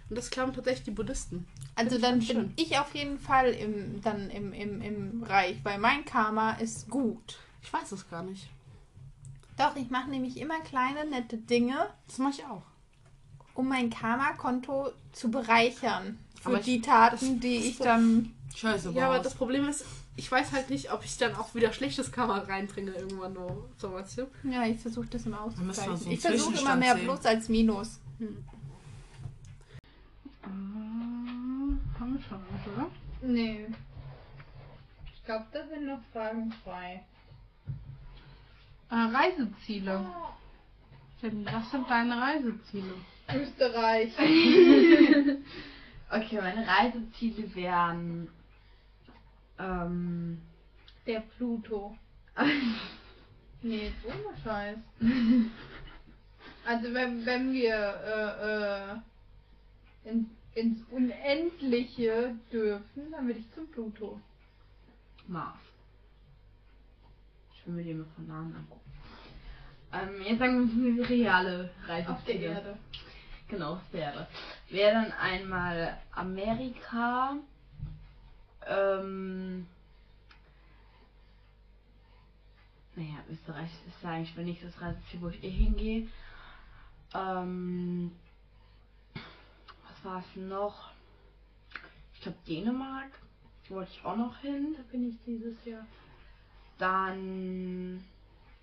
[SPEAKER 1] Und das glauben tatsächlich die Buddhisten.
[SPEAKER 3] Also
[SPEAKER 1] ich
[SPEAKER 3] dann
[SPEAKER 1] ganz
[SPEAKER 3] bin
[SPEAKER 1] schön.
[SPEAKER 3] ich auf jeden Fall im, dann im, im, im Reich, weil mein Karma ist gut.
[SPEAKER 1] Ich weiß es gar nicht.
[SPEAKER 3] Doch, ich mache nämlich immer kleine, nette Dinge,
[SPEAKER 1] Das mache ich auch.
[SPEAKER 3] um mein Karma-Konto zu bereichern. Für
[SPEAKER 1] Aber ich-
[SPEAKER 3] die Taten, die ich dann.
[SPEAKER 2] Scheiße,
[SPEAKER 1] Ja, aber
[SPEAKER 2] Baus.
[SPEAKER 1] das Problem ist, ich weiß halt nicht, ob ich dann auch wieder schlechtes Karma reinbringe irgendwann nur so weißt du?
[SPEAKER 3] Ja, ich versuche das immer
[SPEAKER 2] müssen wir so
[SPEAKER 3] auszugleichen.
[SPEAKER 2] einen
[SPEAKER 3] ich versuche immer
[SPEAKER 2] Zwischenstand
[SPEAKER 3] mehr
[SPEAKER 2] sehen.
[SPEAKER 3] Plus als Minus.
[SPEAKER 1] Haben wir schon, oder?
[SPEAKER 3] Nee. Ich glaube, da sind noch Fragen frei.
[SPEAKER 1] Ah, Reiseziele. Was sind deine Reiseziele?
[SPEAKER 3] Österreich.
[SPEAKER 2] Okay, meine Reiseziele wären. Ähm.
[SPEAKER 3] Der Pluto. Nee, so ohne Scheiß. Also wenn, wenn wir äh, äh, in, ins Unendliche dürfen, dann würde ich zum Pluto.
[SPEAKER 2] Mars. Ich will mir die immer von Nahen angucken. Ähm, jetzt sagen wir mal reale Reiseziele.
[SPEAKER 3] Auf der Erde.
[SPEAKER 2] Genau, auf der Erde. Wäre dann einmal Amerika, ähm, naja, Österreich ist ja eigentlich mein nächstes Reiseziel, wo ich eh hingehe. Ähm, was war es noch? Ich glaube Dänemark wollte ich auch noch hin.
[SPEAKER 3] Da bin ich dieses Jahr.
[SPEAKER 2] Dann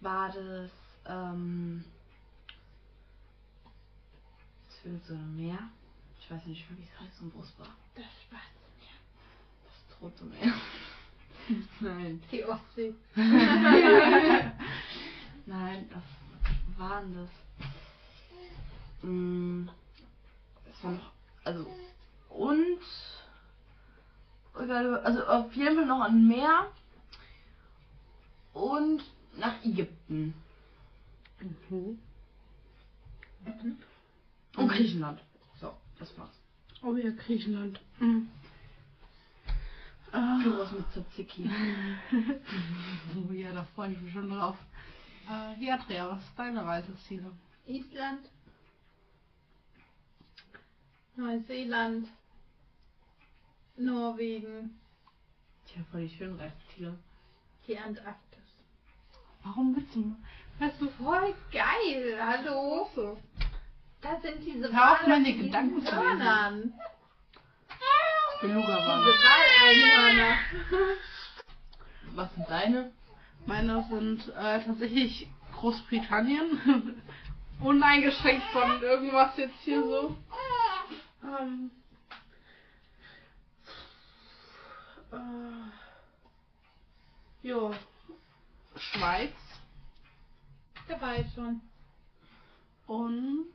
[SPEAKER 2] war das, ähm, das Öl Meer. Ich weiß nicht mehr, wie es heißt und wo es war.
[SPEAKER 3] Das Schwarze Meer.
[SPEAKER 2] Das Tote Meer. Nein.
[SPEAKER 3] Die Ostsee.
[SPEAKER 2] Nein, das waren das. Mm, Das war noch, also, und, also auf jeden Fall noch ein Meer und nach Ägypten
[SPEAKER 3] Mhm.
[SPEAKER 2] und Griechenland. So, das war's.
[SPEAKER 1] Oh ja, Griechenland. Ah.
[SPEAKER 2] Gyros mit Tzatziki.
[SPEAKER 1] Oh ja, da freue ich mich schon drauf. Äh, ja, Andrea, was sind deine Reiseziele?
[SPEAKER 3] Island. Neuseeland. Norwegen.
[SPEAKER 2] Ich habe voll die schönen Reiseziele.
[SPEAKER 3] Die Antarktis.
[SPEAKER 1] Warum willst du,
[SPEAKER 6] Das ist voll geil. Hallo?
[SPEAKER 1] So.
[SPEAKER 6] Da sind diese
[SPEAKER 3] Hör auf,
[SPEAKER 6] Wale
[SPEAKER 3] meine
[SPEAKER 6] mit diesen
[SPEAKER 3] Gedanken zu lesen.
[SPEAKER 6] Hörnern.
[SPEAKER 1] Beluga
[SPEAKER 6] Diese
[SPEAKER 1] waren.
[SPEAKER 6] Waleinhörner.
[SPEAKER 7] Was sind deine?
[SPEAKER 1] Meine sind äh, tatsächlich Großbritannien. Uneingeschränkt von irgendwas jetzt hier so. Ähm. Äh, ja. Schweiz
[SPEAKER 3] Dabei schon.
[SPEAKER 1] und.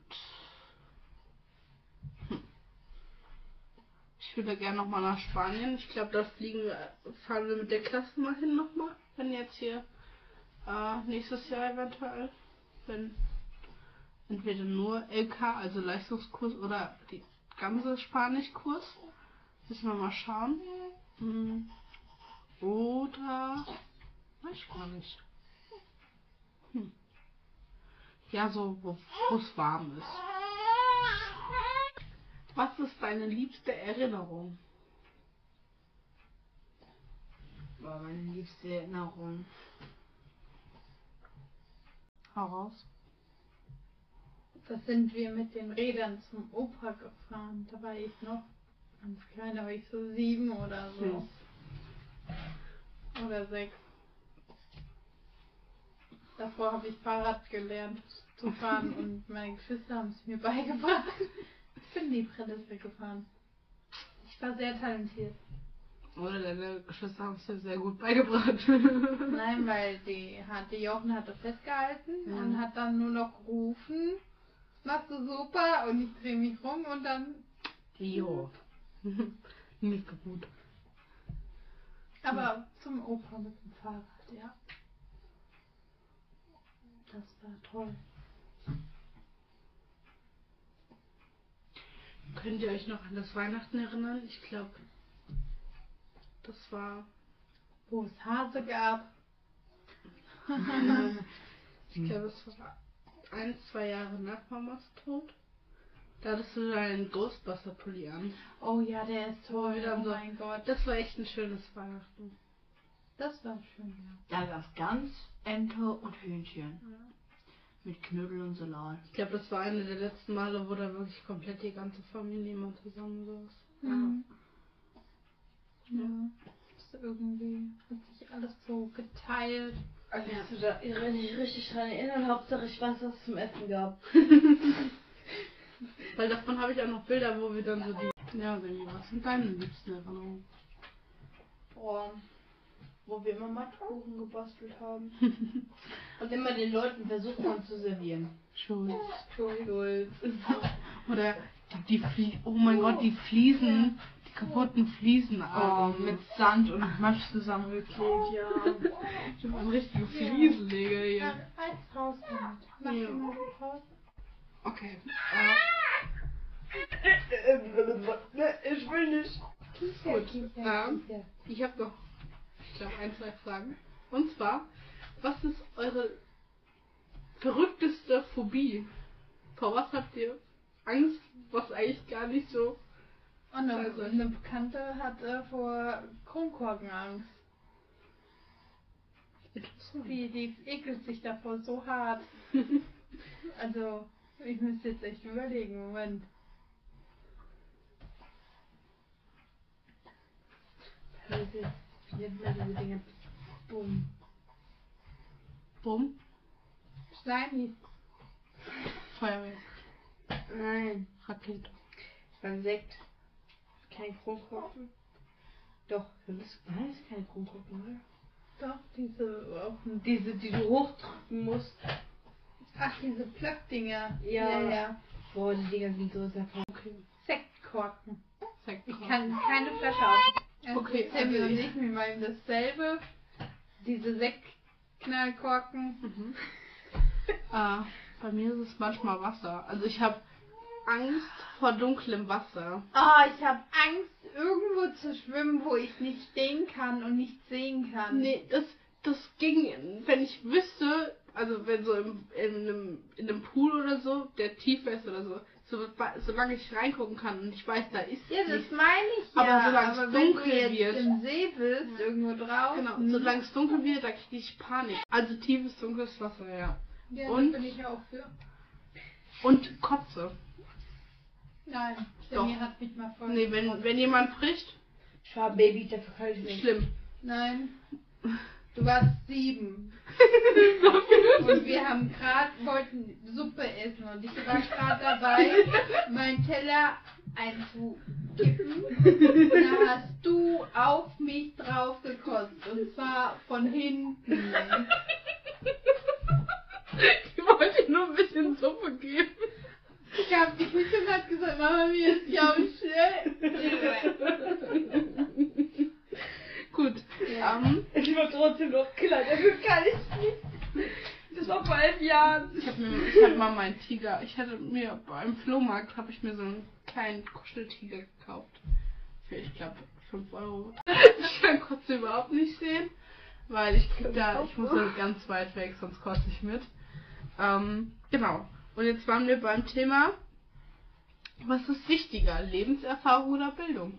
[SPEAKER 1] Hm. Ich würde gerne nochmal nach Spanien. Ich glaube, da fliegen wir, fahren wir mit der Klasse mal hin nochmal. Wenn jetzt hier äh, nächstes Jahr eventuell. Wenn entweder nur LK, also Leistungskurs, oder die ganze Spanischkurs. Müssen wir mal schauen. Hm. Oder. Weiß ich gar nicht. Hm. Ja, so, wo wo es warm ist. Was ist deine liebste Erinnerung?
[SPEAKER 5] Boah, meine liebste Erinnerung.
[SPEAKER 1] Heraus.
[SPEAKER 3] Da sind wir mit den Rädern zum Opa gefahren. Da war ich noch ganz klein, da war ich so sieben oder so. Oder sechs. Davor habe ich Fahrrad gelernt zu fahren und meine Geschwister haben es mir beigebracht. Ich bin die Prelliste gefahren. Ich war sehr talentiert.
[SPEAKER 1] Oder deine Geschwister haben es dir sehr gut beigebracht.
[SPEAKER 3] Nein, weil die hatte Jochen hatte festgehalten und hat dann nur noch gerufen. Machst du super und ich drehe mich rum und dann
[SPEAKER 1] jo. Nicht gut.
[SPEAKER 3] Aber zum Opa mit dem Fahrrad, ja. Das war toll.
[SPEAKER 1] Könnt ihr euch noch an das Weihnachten erinnern? Ich glaube, das war.
[SPEAKER 3] Wo es Hase gab.
[SPEAKER 1] Ich glaube, es war ein, zwei Jahre nach Mamas Tod. Da hattest du deinen Ghostbuster-Pulli an.
[SPEAKER 3] Oh ja, der ist
[SPEAKER 1] Wo wir
[SPEAKER 3] toll.
[SPEAKER 1] dann
[SPEAKER 3] Oh
[SPEAKER 1] so-
[SPEAKER 3] mein Gott.
[SPEAKER 1] Das war echt ein schönes Weihnachten.
[SPEAKER 3] Das war schön, ja.
[SPEAKER 7] Da gab es Gans, Ente und Hühnchen. Mit Knödel und Salat.
[SPEAKER 1] Ich glaube, das war eine der letzten Male, wo da wirklich komplett die ganze Familie mal zusammen saß.
[SPEAKER 3] Mhm. Ja. Ist irgendwie hat sich alles so geteilt.
[SPEAKER 7] Also ja. du da nicht richtig dran erinnern, Hauptsache ich weiß, was es zum Essen gab.
[SPEAKER 1] Weil davon habe ich auch noch Bilder, wo wir dann so die. Ja, Sammy, was sind deine liebsten Erinnerungen?
[SPEAKER 7] Boah. Wo wir immer Mattkuchen gebastelt haben. und immer den Leuten versucht haben zu servieren.
[SPEAKER 1] Schuld.
[SPEAKER 7] Schuld.
[SPEAKER 1] Oder die, die Flie Oh mein Gott, die Fliesen. Die kaputten Fliesen.
[SPEAKER 7] Oh,
[SPEAKER 1] Augen.
[SPEAKER 7] mit Sand und Matsch zusammengeklebt, ja.
[SPEAKER 1] Ich habe einen richtigen Fliesenleger hier.
[SPEAKER 3] Ja, eins raus damit. Mach
[SPEAKER 1] Ja.
[SPEAKER 3] dir mal raus.
[SPEAKER 1] Okay.
[SPEAKER 7] Ah! Ich will nicht.
[SPEAKER 1] Gut. Ähm, ich habe noch, ich glaube, ein, zwei Fragen. Und zwar, was ist eure verrückteste Phobie? Vor was habt ihr Angst, was eigentlich gar nicht so
[SPEAKER 3] Und eine,
[SPEAKER 1] Also-
[SPEAKER 3] eine Bekannte hatte äh, vor Kronkorkenangst.
[SPEAKER 1] Hm.
[SPEAKER 3] Die, die ekelt sich davor so hart. also, ich müsste jetzt echt überlegen, Moment.
[SPEAKER 7] Wie nennt man diese Dinge? Bumm.
[SPEAKER 1] Bumm,
[SPEAKER 3] Schleimi.
[SPEAKER 1] Feuerwerk,
[SPEAKER 7] Nein.
[SPEAKER 1] Rakete.
[SPEAKER 7] Beim Sekt. Keine Kronkorken. Doch, das ist, nein, das ist keine Kronkorken, oder?
[SPEAKER 3] Doch, diese, auch,
[SPEAKER 7] Diese, die du hochdrücken musst.
[SPEAKER 3] ach, diese Plöckdinger.
[SPEAKER 7] Ja.
[SPEAKER 3] ja, ja.
[SPEAKER 7] Boah, die Dinger sind so sehr voll.
[SPEAKER 1] Okay.
[SPEAKER 3] Sektkorken.
[SPEAKER 1] Sekt.
[SPEAKER 3] Ich kann keine Flasche auf. Also
[SPEAKER 1] Okay,
[SPEAKER 3] Sammy
[SPEAKER 1] also
[SPEAKER 3] und
[SPEAKER 1] ich-
[SPEAKER 3] ich, wir meinen dasselbe. Diese Sektknallkorken.
[SPEAKER 1] Mhm. Äh, bei mir ist es manchmal Wasser. Also ich habe Angst vor dunklem Wasser.
[SPEAKER 3] Oh, ich habe Angst, irgendwo zu schwimmen, wo ich nicht stehen kann und nicht sehen kann.
[SPEAKER 1] Nee, das, das ging, wenn ich wüsste, also wenn so im, in, einem, in einem Pool oder so, der tiefer ist oder so, so solange ich reingucken kann und ich weiß, da ist
[SPEAKER 3] Ja, das
[SPEAKER 1] nichts.
[SPEAKER 3] meine ich ja.
[SPEAKER 1] Aber solange es
[SPEAKER 3] Aber
[SPEAKER 1] dunkel
[SPEAKER 3] wenn du jetzt
[SPEAKER 1] wird.
[SPEAKER 3] im See bist, irgendwo draußen.
[SPEAKER 1] Genau, solange es dunkel wird, da kriege ich Panik. Also tiefes, dunkles Wasser, ja.
[SPEAKER 3] Ja,
[SPEAKER 1] Und?
[SPEAKER 3] bin ich ja auch für.
[SPEAKER 1] Und Kotze.
[SPEAKER 3] Nein,
[SPEAKER 1] Doch.
[SPEAKER 3] Sammy hat mich mal voll.
[SPEAKER 1] Nee, wenn, wenn jemand bricht,
[SPEAKER 3] Schwabenbaby, dafür kann ich nicht.
[SPEAKER 1] schlimm.
[SPEAKER 3] Nein. Du warst sieben. und wir haben gerade wollten Suppe essen und ich war gerade dabei, meinen Teller einzukippen. Und da hast du auf mich drauf gekotzt. Und zwar von hinten.
[SPEAKER 1] Ich wollte nur ein bisschen Suppe geben.
[SPEAKER 3] Ich habe geküsst und hat gesagt, Mama, mir ist ja auch schnell.
[SPEAKER 1] Gut.
[SPEAKER 3] Ja.
[SPEAKER 1] Ähm,
[SPEAKER 2] Ich war trotzdem noch klein, dafür kann ich nicht. Das war vor elf Jahren.
[SPEAKER 1] ich habe mir, ich hab mal meinen Tiger. Ich hatte mir beim Flohmarkt habe ich mir so einen kleinen Kuscheltiger gekauft. Für ich glaube 5 Euro. Ich kann Kotze überhaupt nicht sehen, weil ich krieg da, ich muss so ganz weit weg, sonst kotze ich mit. Ähm, genau. Und jetzt waren wir beim Thema, was ist wichtiger, Lebenserfahrung oder Bildung?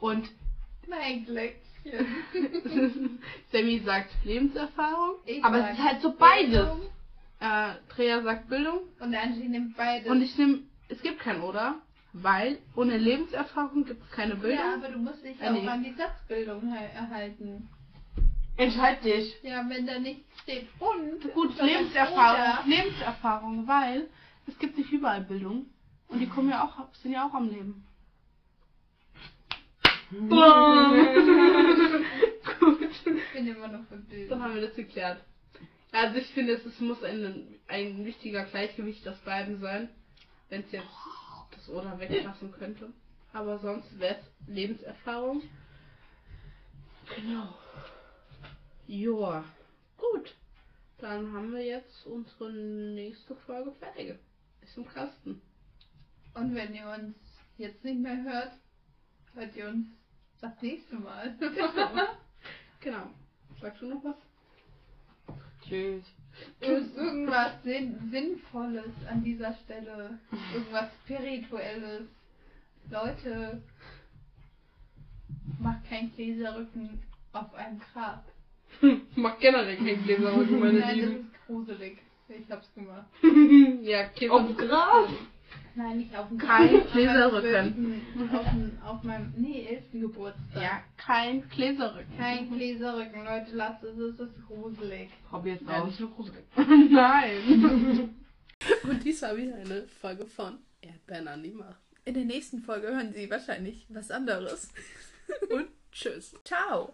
[SPEAKER 1] Und
[SPEAKER 3] Mein Glöckchen.
[SPEAKER 1] Sammy sagt Lebenserfahrung,
[SPEAKER 3] Ich
[SPEAKER 1] aber
[SPEAKER 3] sag
[SPEAKER 1] es ist halt so beides.
[SPEAKER 3] Bildung
[SPEAKER 1] Äh, Dreher sagt Bildung
[SPEAKER 3] Und Angie nimmt beides.
[SPEAKER 1] und ich nehme, es gibt kein Oder, weil ohne Lebenserfahrung gibt es keine Bildung.
[SPEAKER 3] Ja, aber du musst dich
[SPEAKER 1] Ah,
[SPEAKER 3] auch
[SPEAKER 1] nee.
[SPEAKER 3] an die Satzbildung he- erhalten.
[SPEAKER 1] Entscheid dich.
[SPEAKER 3] Ja, wenn da nicht steht und.
[SPEAKER 1] Gut,
[SPEAKER 3] sondern
[SPEAKER 1] Lebenserfahrung,
[SPEAKER 3] oder.
[SPEAKER 1] Lebenserfahrung, weil es gibt nicht überall Bildung und die kommen ja auch, sind ja auch am Leben. Gut,
[SPEAKER 3] Ich bin immer noch verbildet.
[SPEAKER 1] dann haben wir das geklärt. Also ich finde, es, es muss ein, ein wichtiger Gleichgewicht aus beiden sein, wenn es jetzt das Oder weglassen könnte. Aber sonst wäre es Lebenserfahrung. Genau. Joa. Gut. Dann haben wir jetzt unsere nächste Folge fertig. Ist im Kasten.
[SPEAKER 3] Und wenn ihr uns jetzt nicht mehr hört, hört ihr uns das nächste Mal.
[SPEAKER 1] Genau. Sagst du noch was?
[SPEAKER 8] Tschüss.
[SPEAKER 3] Und irgendwas Sinn Sinnvolles an dieser Stelle. Irgendwas Spirituelles. Leute, macht kein Gläserrücken auf einem Grab.
[SPEAKER 1] Mach generell kein Gläserrücken, meine
[SPEAKER 3] Nein,
[SPEAKER 1] Lieben.
[SPEAKER 3] das ist gruselig. Ich hab's gemacht.
[SPEAKER 1] ja,
[SPEAKER 8] Auf
[SPEAKER 1] Gläserrücken.
[SPEAKER 8] Gras.
[SPEAKER 3] Nein, nicht auf dem
[SPEAKER 1] Kein
[SPEAKER 3] Grab, aber
[SPEAKER 1] Gläserrücken.
[SPEAKER 3] Auf, dem, auf meinem, nee, 11. Geburtstag.
[SPEAKER 1] Ja, kein Gläserrücken.
[SPEAKER 3] Kein Gläserrücken, Leute, lasst es, es ist gruselig.
[SPEAKER 8] Probiert
[SPEAKER 1] Ja,
[SPEAKER 8] aus.
[SPEAKER 1] nicht nur gruselig. Nein.
[SPEAKER 9] Und dies war wieder eine Folge von Erdbeeren an die Macht. In der nächsten Folge hören Sie wahrscheinlich was anderes. Und tschüss. Ciao.